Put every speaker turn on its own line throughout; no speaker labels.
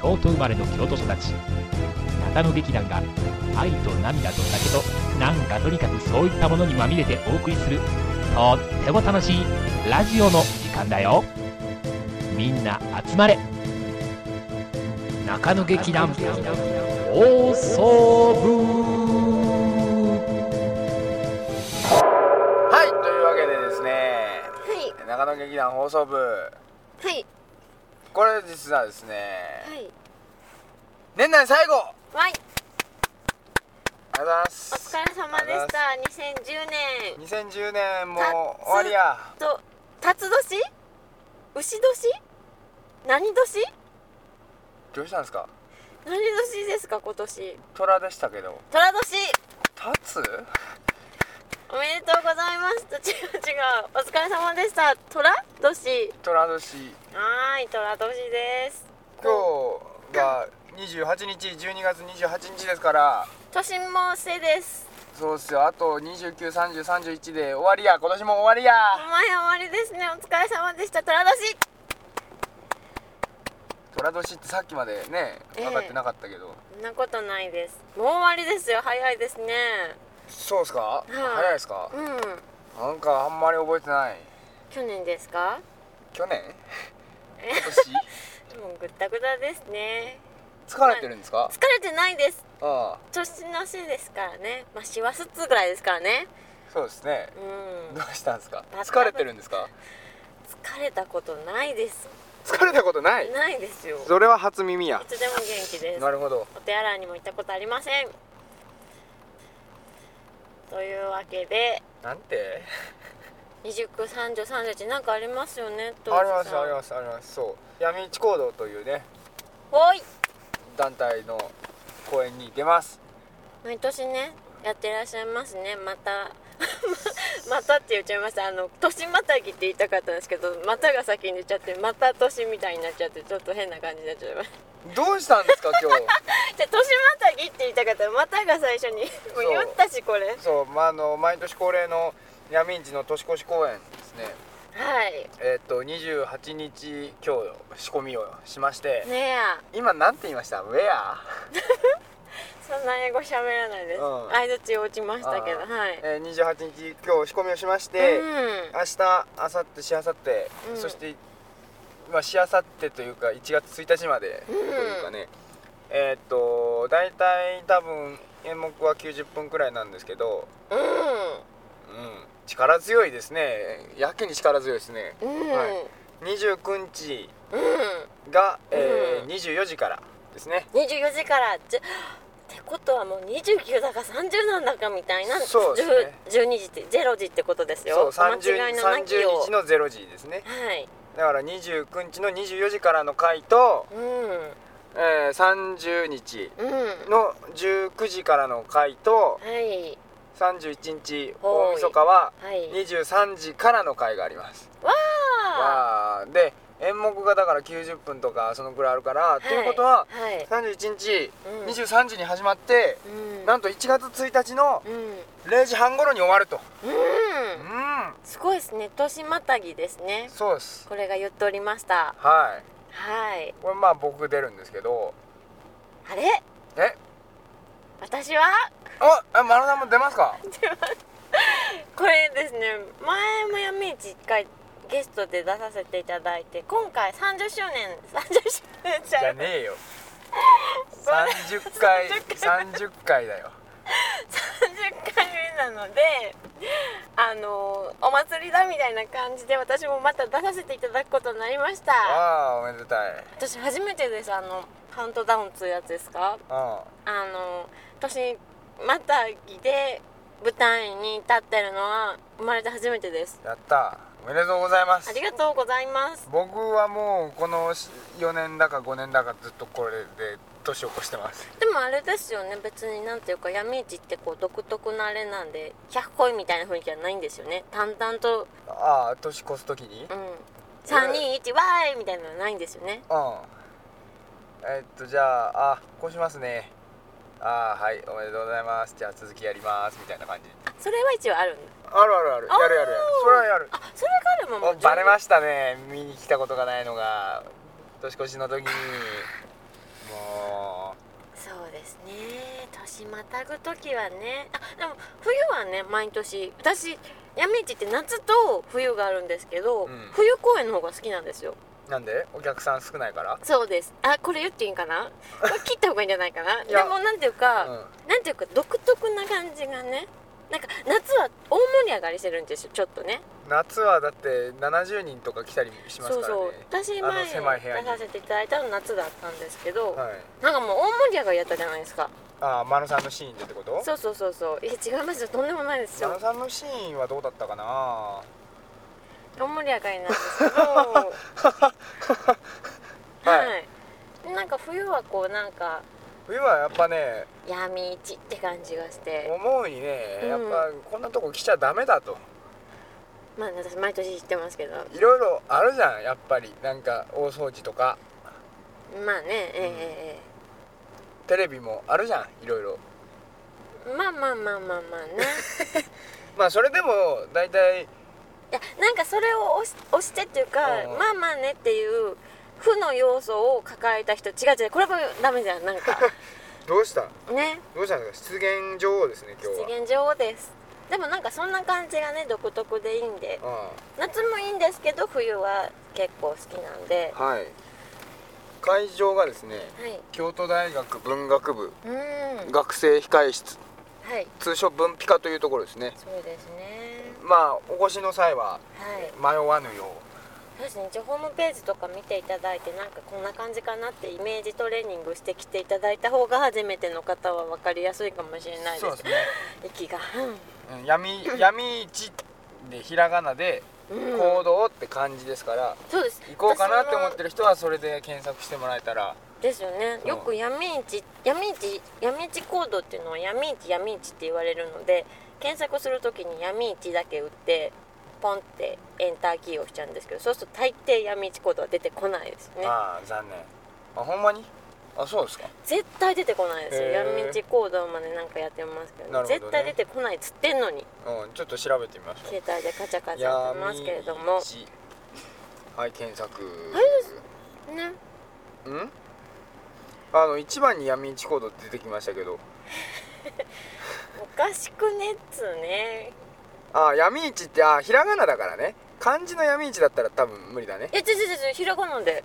京都生まれの京都育ち中野劇団が愛と涙と酒となんかとにかくそういったものにまみれてお送りするとっても楽しいラジオの時間だよみんな集まれ中野劇団放送部
はい、というわけでですね、
はい
長野劇団放送部、
はい
これ実はですね、
はい
年内最後、あ
はい
りがとうございま
お
す。
疲れ様でし
あ
た2010年
2010年もう終わりや。
と辰年牛年何年
どうしたんですか
何年ですか今年
虎でしたけど、
虎年
立つ
おめでとうございます違う違うお疲れ様でした虎年
虎年、
はーい虎年です
今日が28日、12月28日ですから、
年もせです
そうっすよ、あと29、30、31で終わりや、今年も終わりや。
お前終わりですねお疲れ様でした虎年
虎年ってさっきまでね、
ええ
分かってなかったけど。
そんなことないですもう終わりですよ早いですね
そうっすか早いですか
うん
なんかあんまり覚えてない。
去年ですか
去年
え
今 年
もうぐったぐたですね
疲れてるんですか
疲れてないです
ああ
年のしですからねまあ師走っつうぐらいですからね
そうですね
うん
どうしたんですか
また
疲れてるんですか
疲れたことないです
疲れたことない
ないですよい
それは初耳や
つでも元気です
なるほど
お手洗いにも行ったことありませんというわけで
なんて
293031なんかありますよね
ありますあり
す
ますありますそう闇市行動というね
おい
団体の公演に出ます
毎年ねやってらっしゃいますねまた またって言っちゃいましたあの年またぎって言いたかったんですけどまたが先に出ちゃってまた年みたいになっちゃってちょっと変な感じになっちゃいま した
どうしたんですか今日
じゃあ年またぎって言いたかったらまたが最初にもう言ったしこれ
そうまああの毎年恒例の闇市の年越し公演ですね
はい
えっと28日今日仕込みをしまして
ねえや
今なんて言いましたウェア
そんな英語喋らないです
うん
相槌落ちましたけど
あー
はい
えー、28日今日仕込みをしまし
う
て、
ん
明日明後日しあさって
うん
そしてまあしあさってというか1月1日までというかね、えーっと大体多分演目は90分くらいなんですけど、うん、力強いですねやけに力強いですね、
うんうん
はい29日
うん
が、えー
うん
24時からですね
24時からじゅってことはもう29だか30なんだかみたいな
そうですね
10 12時って0時ってことですよ
そう
お
30,
間違いのなきよ
30日
う
の0時ですね
はい
だから29日の24時からの回と、
う
えー30日
んうん
の19時からの回
は
と
い
31日
おい
大晦日は
はい
23時からの回があります。
わ
わーで演目がだから90分とかそのくらいあるから、
ー
ということはい31日
うん
23時に始まって、
うん
なんと1月1日の
うんうん
0時半頃に終わると。うん、
すごいですね年またぎですね
そうです。
これが言っておりました
はい。
はい
これまあ僕出るんですけど、
あれ
え、
私は
あ、えマラナも出ますか？
これですね前もやみ一回ゲストで出させていただいて今回30周年30周 年じ
じ
ゃ
ゃ
ない
ね えよ。30回30回だよ。
30回目なのであのお祭りだみたいな感じで私もまた出させていただくことになりました
ああおめでたい
私初めてですあのカウントダウンっつうやつですか
あ
あの年またぎで舞台に立ってるのは生まれて初めてです
あやったおめでとうございます
ありがとうございます
僕はもうこの4年だか5年だかずっとこれで年を越してます
でもあれですよね別になんていうか闇市ってこう独特なあれなんで百恋みたいな雰囲気じゃないんですよね淡々と
ああ年越す時に
うん321わーいみたいなのはないんですよね
うんえっとじゃああこうしますねああはいおめでとうございますじゃあ続きやりますみたいな感じ
あそれは一応あるんだ
あるあるあるやるやるやる
おー
それはやる
あそれがあるもんも
あ
う
バレま
し
したね見に来たことがないのが年越しの時に
ですね年またぐ時はねあでも冬はね毎年私闇市って夏と冬があるんですけど、
うん
冬公演の方が好きなんですよ
なんでお客さん少ないから
そうですあこれ言っていいんかなこれ切った方がいいんじゃないかな
い
で
や
もなんていうか、
うん
なんていうか独特な感じがねなんか夏は大盛り上がりしてるんですよちょっとね
夏はだって70人とか来たりします
そう
からね
そう私前
あの狭い部屋
出
に
させていただいたの夏だったんですけど、
はい
なんかもう大盛り上がりやったじゃないですか
ああ真野さんのシーンでってこと
そうそうそうそういや違いますよとんでもないです
真
よ
野さんのシーンはどうだったかな
大盛り上がりなんですけど はい、なんか冬はこうなんか
冬はやっぱね
闇市って感じがして
思うにね
うん
やっぱこんなとこ来ちゃダメだと
まあ私毎年行ってますけど
いろいろあるじゃんやっぱりなんか大掃除とか
まあねええ
うん
え
テレビもあるじゃんいろいろ
えええまあまあまあまあまあね
まあそれでも大体
いやなんかそれを押し押してっていうか
うん
まあまあねっていう負の要素を抱えた人違う違うこれもダメじゃんなん か
どうした
ね
どうしたんですか出現女王ですね今日は
出現女王ですでもなんかそんな感じがね独特でいいんで夏もいいんですけど冬は結構好きなんで
うんはい会場がですね
はい
京都大学文学部
うーん
学生控室
はい
通称文ピカというところですね
そうですね
まあお越しの際は
はい
迷わぬよ
そうですね一応ホームページとか見ていただいてなんかこんな感じかなってイメージトレーニングしてきていただいた方が初めての方は分かりやすいかもしれ
う
ないです
ね、
息が
うん、闇闇市でひらがなで
うん、
行動って感じですから、
そうです
行こうかなって思っ
私
てる人はそれで検索してもらえたら
もですよね
そう
よく闇市闇市闇市行動っていうのは闇市闇市って言われるので検索するときに闇市だけ打ってポンってエンターキーを押しちゃうんですけどそうすると大抵闇市行動は出てこないですね
ああ残念あほんまにあそうですか
絶対出てこないですよ
へー
闇市行動までなんかやってますけど
なるほどね
絶対出てこないっつってんのに
うんちょっと調べてみましょう
携帯でカチャカチャやって
闇
ますけれども
市はい検索
ね
うんあの一番に闇市行動って出てきましたけど
おかしくねっつうね
ああ闇市ってああひらがなだからね漢字の闇市だったら多分無理だね
いや違う違う違うひらがなで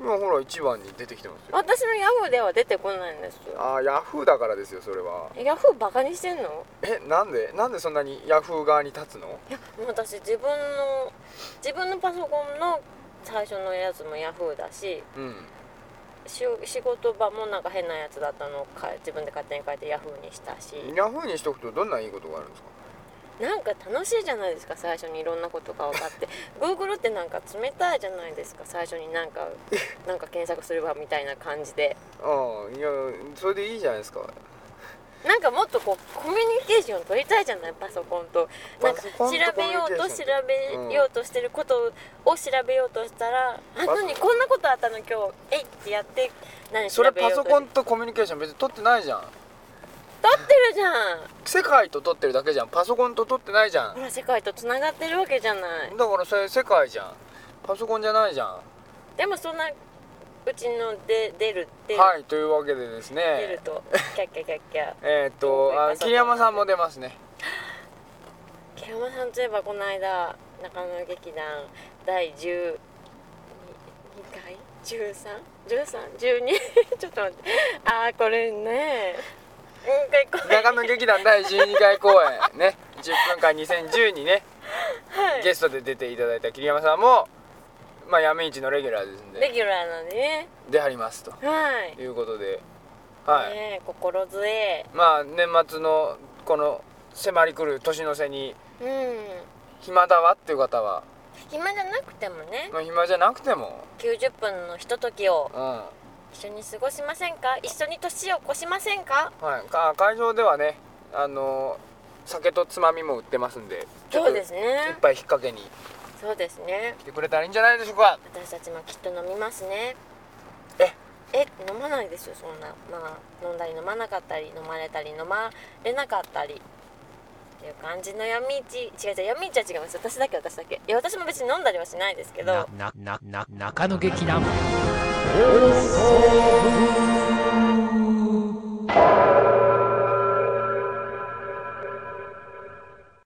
今ほら一番に出てきてますよ
私のヤフーでは出てこないんですよ
ああヤフーだからですよそれは
ヤフーバカにしてんの
えなんでなんでそんなにヤフー側に立つの
いやもう私自分の自分のパソコンの最初のやつもヤフーだし
うん
し仕事場もなんか変なやつだったのをか自分で勝手に変えてヤフーにしたし
ヤフーにしとくとどんないいことがあるんですか
なんか楽しいじゃないですか最初にいろんなことが分かって Google ってなんか冷たいじゃないですか最初になんかなんか検索すればみたいな感じで
ああいやそれでいいじゃないですか
なんかもっとこうコミュニケーション取りたいじゃないパソコンとなんか
パ
調
ソコンと
べようと
コミュニ
調
ケーション
べようとしてることを調べようとしたら「あ
パソ
何こんなことあったの今日えい!」ってやって何調
そ
べよ
れ
うとし
パソコンとコミュニケーション別に取ってないじゃん
取ってるじゃん
世界と取ってるだけじゃんパソコンと取ってないじゃん
ほら世界とつながってるわけじゃない
だからそれ世界じゃんパソコンじゃないじゃんは
でもそんなうちので出る出る、
いというわけでです
出る
ね
とキャッキャキャッキャ
えーっとあ桐山さんも出ますね
木山さんといえばこの間中野劇団第12回 13?13?12? ちょっと待ってああこれねうん結構
中野劇団 第12回公演ね10分間2010にね
はい
ゲストで出ていただいた桐山さんもまあ闇市のレギュラーですん
レ
で
ギュラーなんでね
出はりますと
はい、
いうことではい、
ねえ心強い
まあ年末のこの迫り来る年の瀬に
うん
暇だわっていう方は、
暇じゃなくてもね
まあ、暇じゃなくても、
90分のひとときを
うんは
一緒に過ごしませんか一緒に年を越しませんか
い、か会場ではねあの酒とつまみも売ってますんでち
そ
ょっと
うです
一
ね
杯引っ掛けに
そうですね
来てくれたらいいんじゃないでしょうか
私たちもきっと飲みますね
え
え飲まないですよそんなまあ飲んだり飲まなかったり飲まれたり飲まれなかったりっていう感じの闇市違う違う闇市は違います私だけ私だけいや私も別に飲んだりはしないですけど
な、な、な、な、中野劇団、オール